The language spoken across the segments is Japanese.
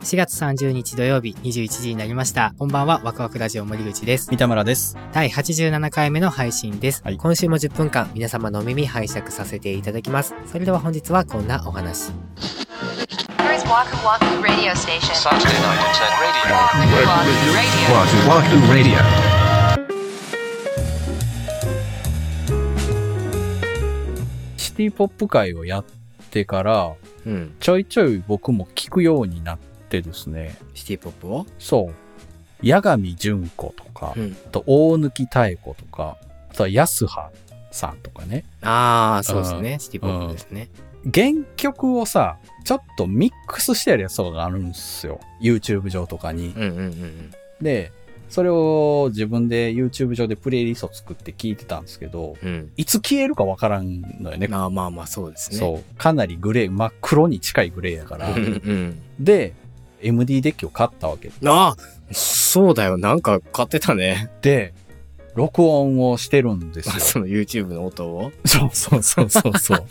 4月30日土曜日21時になりました。こんばんは、ワクワクラジオ森口です。三田村です。第87回目の配信です。はい今週も10分間、皆様のお耳拝借させていただきます。それでは本日はこんなお話。 Here is Waku Waku Radio Station. Saturday night at radio. Waku Waku Radio. Wahoo Wahoo Radio. シティポップ会をやってから、うん。ちょいちょい僕も聞くようになってですね、シティポップをそう、八神純子とか、うんあと大貫妙子とか、あとは安葉さんとかね、ああ、そうですね。シティポップですね。原曲をさ、ちょっとミックスしてやるやつとかがあるんですよ。YouTube 上とかにう。んうんうんうん。で、それを自分で YouTube 上でプレイリスト作って聞いてたんですけど、うん。いつ消えるかわからんのよね。まあまあまあ、そうですね。そう。かなりグレー、真っ黒に近いグレーだから。うんうん。で、MD デッキを買ったわけああそうだよ。なんか買ってたね。で、録音をしてるんです よ。その YouTube の音を。 そうそうそうそうそう。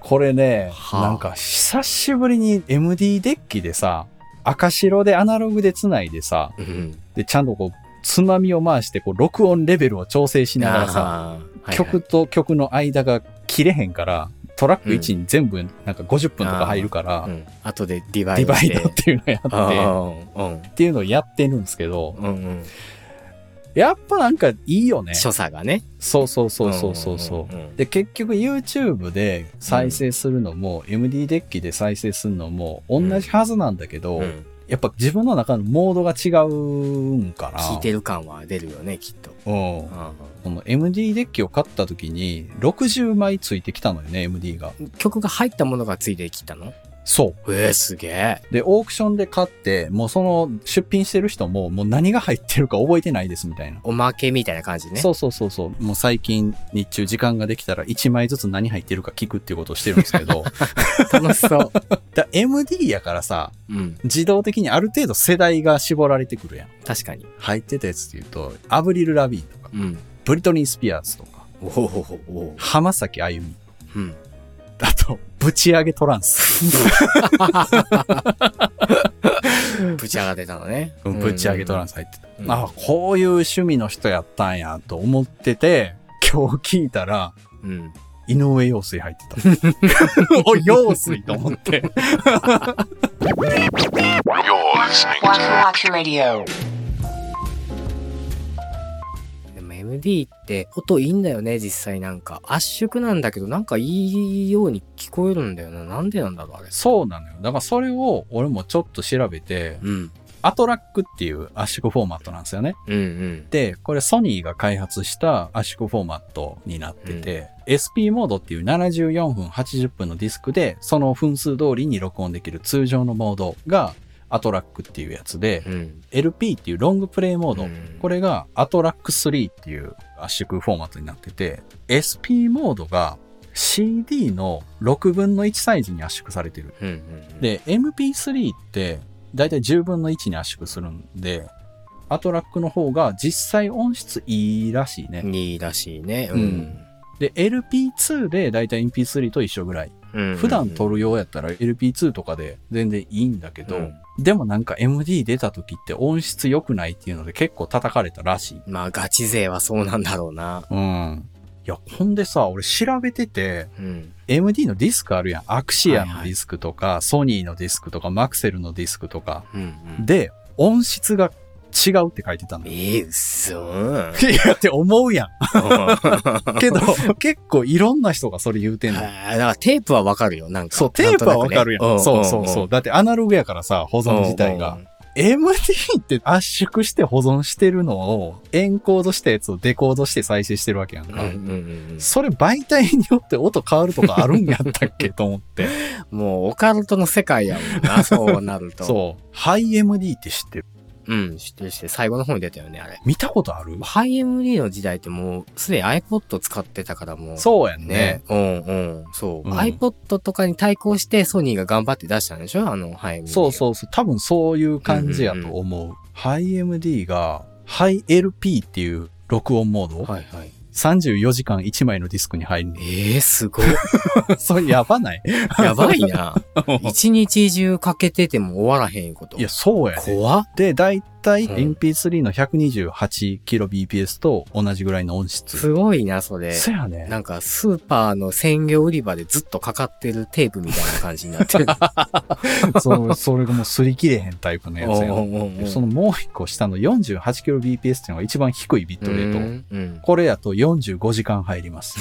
これね、はあなんか久しぶりに MD デッキでさ、赤白でアナログで繋いでさ、うん。で、ちゃんとこう、つまみを回して、こう、録音レベルを調整しながらさ、あー曲、と曲の間が切れへんから、トラック1に全部なんか50分とか入るから、はいはいうん。後でディバデイィドバして。イドっていうのやっ て、あーっていうのをやってるんですけどう、ん。うんうん。やっぱなんかいいよね。所作がね。そうそうそうそうそうそんんんう。で、結局 YouTube で再生するのも、MD デッキで再生するのも同じはずなんだけど、うん。うんやっぱ自分の中のモードが違うんかな。聞いてる感は出るよね、きっと。うん。うこの MD デッキを買った時に60枚ついてきたのよね、MD が。ん曲が入ったものがついてきたのそえー、すげえ。う。で、オークションで買って、もうその出品してる人ももう何が入ってるか覚えてないですみたいな。おまけみたいな感じね。そうそうそうそう。もう最近日中時間ができたら1枚ずつ何入ってるか聞くっていうことをしてるんですけど、楽しそう。だ MD やからさ、 うん。自動的にある程度世代が絞られてくるやん。確かに。入ってたやつっていうと、アブリル・ラビーンとか、うん。ブリトニー・スピアーズとか、おおおお。浜崎あゆみ、うん。あと、ぶち上げトランス。ぶち上がってたのね。うんぶち上げトランス。ス入ってた。うんあ、こういう趣味の人やったんやと思ってて、今日聞いたら、うん。井上陽水入って た。お、陽水と思って。 Waku Waku Radio. でも MD って音いいんだよね、実際なんか。圧縮なんだけど、なんかいいように聞こえるんだよな。なんでなんだろう、あれ。そうなのよ。だからそれを俺もちょっと調べて、うん。アトラックっていう圧縮フォーマットなんですよね。うんうん。で、これソニーが開発した圧縮フォーマットになってて、SP モードっていう74分80分のディスクで、その分数通りに録音できる通常のモードがアトラックっていうやつで、うん。 LP っていうロングプレイモード、うんこれがアトラック3っていう圧縮フォーマットになってて、SP モードが CD の6分の1サイズに圧縮されてる。うんうん。、で、MP3 ってだいたい10分の1に圧縮するんで、アトラックの方が実際音質いいらしいね。 2らしいね。ううんん。で、LP2 でだいたい MP3 と一緒ぐらい。うん普段撮るようやったら LP2 とかで全然いいんだけど、うんでもなんか MD 出た時って音質良くないっていうので結構叩かれたらしい。まあ、ガチ勢はそうなんだろうな。うん。いや、ほんでさ、俺調べてて、うん。 MD のディスクあるやん。アクシアはいはのいディスクとか、ソニーのディスクとか、マクセルのディスクとか。うんうん。で、音質が違うって書いてたんだよ。。ええ、うっそー いや、って思 うやん。うんけど、結構いろんな人がそれ言うてんの。あーだからテープはわかるよ、なんか。そう、テープはわかるやん。なんとそなくねうそうそう。。だってアナログやからさ、保んんん存自体が。。MD って圧縮して保存してるのを、エンコードしたやつをデコードして再生してるわけやんうんうか。んうんそれ媒体によって音変わるとかあるんやったっけと思 って。うん。もう、オカルトの世界やもん な、そうなると。そう。ハイ MD って知ってるう。うん、知ってるして、最後の方に出たよね、あれ。見たことあるハイ MD の時代ってもう、すでに iPod 使ってたからもう。そうやんねね。。うんうん。そう。うん iPod とかに対抗して、ソニーが頑張って出したんでしょあの、ハイ MD。そうそうそう。多分そういう感じやと思う。ハイ MD が、ハイ LP っていう録音モード、はいはい。 34時間1枚のディスクに入る ねん。ええすごい。それやばない やばいな。一日中かけてても終わらへんいうこと。いや、そうやね。怖っ。で、だいうたいん MP3 の 128kbps と同じぐらいの音質。すごいな、それ。そやね。なんか、スーパーの鮮魚売り場でずっとかかってるテープみたいな感じにな ってる。そう それがもう擦り切れへんタイプのやつやおうね。おうおうおうそのもう一個下の 48kbps っていうのが一番低いビットレート。うんうん。これやと45時間入ります。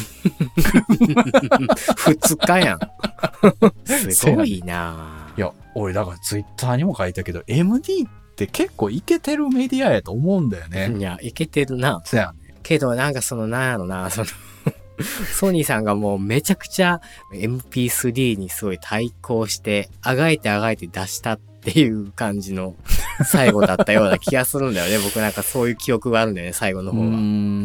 二日 やん。すごいないや、俺だからツイッターにも書いたけど、MD って結構イケてるメディアやと思うんだよね。いや、いけてるな。そやね。けど、なんかその、なんやろな、 その、ソニーさんがもうめちゃくちゃ MP3 にすごい対抗して、あがいてあがいて出したっていう感じ の最後だったような気がするんだよね。僕なんかそういう記憶があるんだよね、最後の方は。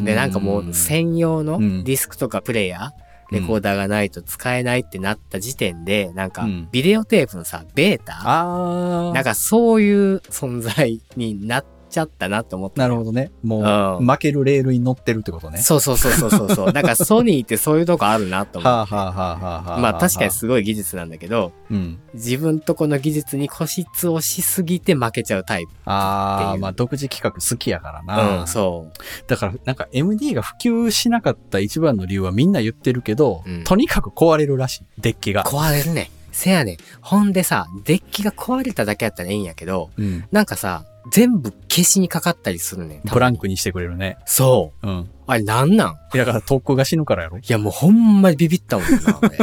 で、でなんかもう専用のうんディスクとかプレイヤー、うんレコーダーがないと使えないってなった時点で、なんかうんビデオテープのさ、ベータあなんー。かそういう存在になっちゃったなって思った。なるほどね。もう、うん負けるレールに乗ってるってことね。そうそうそうそうそうそう。なんかソニーってそういうとこあるなと思はっあ、はあはあはあはて。あ、まあ確かにすごい技術なんだけど、うん。自分とこの技術に固執をしすぎて負けちゃうタイプ。っあていあ、うまあ独自企画好きやからな。うん、そう。だからなんか MD が普及しなかった一番の理由はみんな言ってるけど、うんとにかく壊れるらしい。デッキが。壊れるね。せやねん。ほんでさ、デッキが壊れただけやったらいいんやけど、うん。なんかさ、全部消しにかかったりするねん。ブランクにしてくれるね。そうん。う。あれなんなんだから特攻が死ぬからやろ。いやもうほんまにビビったもんな、 俺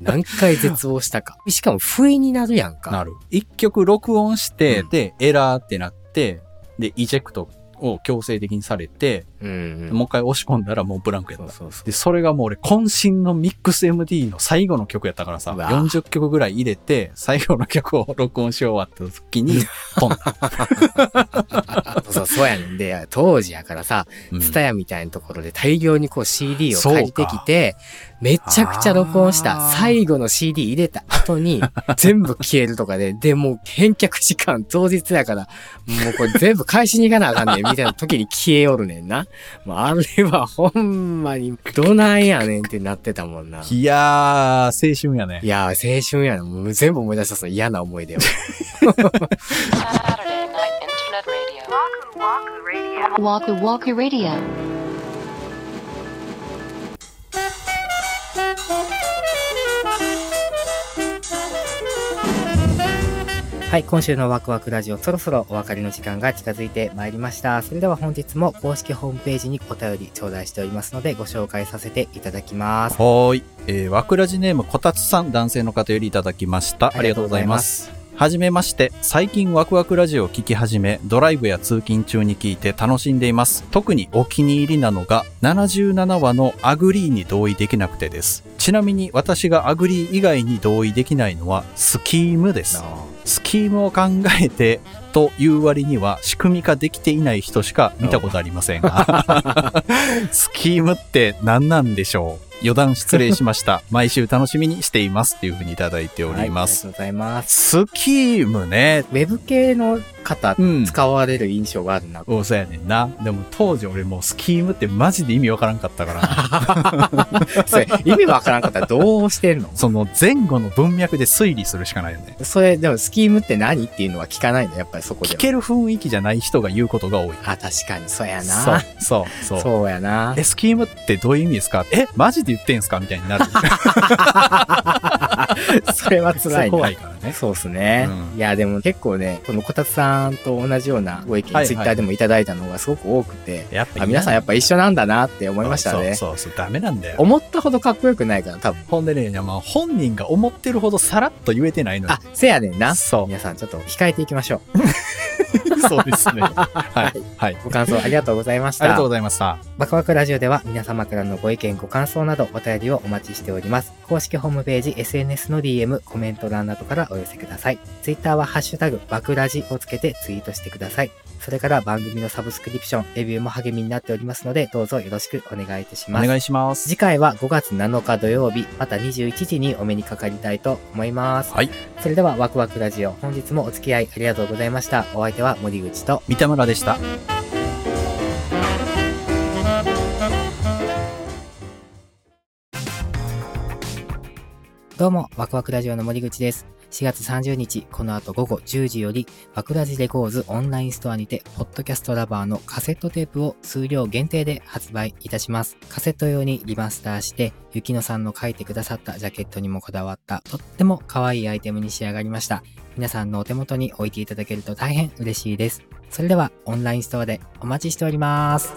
何回絶望したか。しかも不意になるやんか。なる。一曲録音して、うんで、エラーってなって、で、イジェクトを強制的にされて、うんうん。もう一回押し込んだらもうブランクやった。そうそうで、それがもう俺、渾身のミックス MD の最後の曲やったからさ、うわ40曲ぐらい入れて、最後の曲を録音し終わった 時に、ポンだ。そう。そうそうやねんで、当時やからさ、うんツタヤみたいなところで大量にこう CD を借りてきて、めちゃくちゃ録音しあた。ー最後の CD 入れた後 に、全部消えるとかで、で、もう返却時間当日やから、もうこれ全部返しに行かなあかん ねん、みたいな時に消えおるねんな。もうあれはほんまに、どないやねんってなってたも んな。いやー、青春やねい。やー、青春やな。もう全部思い出した、その嫌な思い出を。 Saturday Night Internet Radio. Waku Waku Radio. はい、今週のワクワクラジオ、そろそろお別れの時間が近づいてまいりました。それでは本日も公式ホームページにお便り頂戴しておりますので、ご紹介させていただきます。はーい。えー、わくらじネームこたつさん、男性の方よりいただきました。ありがとうございます。はじめまして、最近ワクワクラジオを聞き始め、ドライブや通勤中に聞いて楽しんでいます。特にお気に入りなのが、77話のアグリーに同意できなくてです。ちなみに私がアグリー以外に同意できないのは、スキームです。スキームを考えてという割には仕組み化できていない人しか見たことありません。 スキームって何なんでしょう余談失礼しま した。毎週楽しみにしていますっていうふうにいただいておはいありりがまとす。うございます。スキームね。ウェブ系の方う、ん。使われる印象があるな。おそうやねんな。でも当時俺もうスキームってマジで意味わからんかったから。 それ、意味わからんかったらどうしてんのその前後の文脈で推理するしかないよね。それ、でも、スキームって何っていうのは聞かないの、やっぱりそこで聞は。ける雰囲気じゃない人が言うことが多い。あ、確かに、そうやそうな。、そう、そう。そうやな。え、スキームってどういう意味ですかえ、マジで言ってんすかみたいになる。それは 辛いな怖。いからね。そうですね、うんいや、でも結構ね、このこたつさんと同じようなご意見、はいはいツイッターでもいただいたのがすごく多くて、やっぱあ皆さんやっぱ一緒なんだなって思いましたね。そうそうそう、ダメなんだよ。思ったほどかっこよくないから、多分。ほんでね、まあ、本人が思ってるほどさらっと言えてないのよあ、せやねんな。そ皆さんちょっと控えていきましょう。う。そうです ね。はい。はい。ご感想ありがとうございましありがたとう。ございました。バクバクラジオでは皆様からのご意見、ご感想などお便りをお待ちしております。公式ホームページ、SNS の DM、コメント欄などからお寄せください。Twitter はハッシュタグ、バクラジをつけてツイートしてください。それから番組のサブスクリプション、レビューも励みになっておりますので、どうぞよろしくお願いいたしおます。願いします。次回は5月7日土曜日、また21時にお目にかかりたいと思います。はい。それではワクワクラジオ、本日もお付き合いありがとうございました。お相手は森口と、三田村でした。どうも、ワクワクラジオの森口です。4月30日、この後午後10時より、ワクラジレコーズオンラインストアにて、ポッドキャストラバーのカセットテープを数量限定で発売いたします。カセット用にリマスターして、ゆきのさんの書いてくださったジャケットにもこだわった、とっても可愛いアイテムに仕上がりました。皆さんのお手元に置いていただけると大変嬉しいです。それでは、オンラインストアでお待ちしております。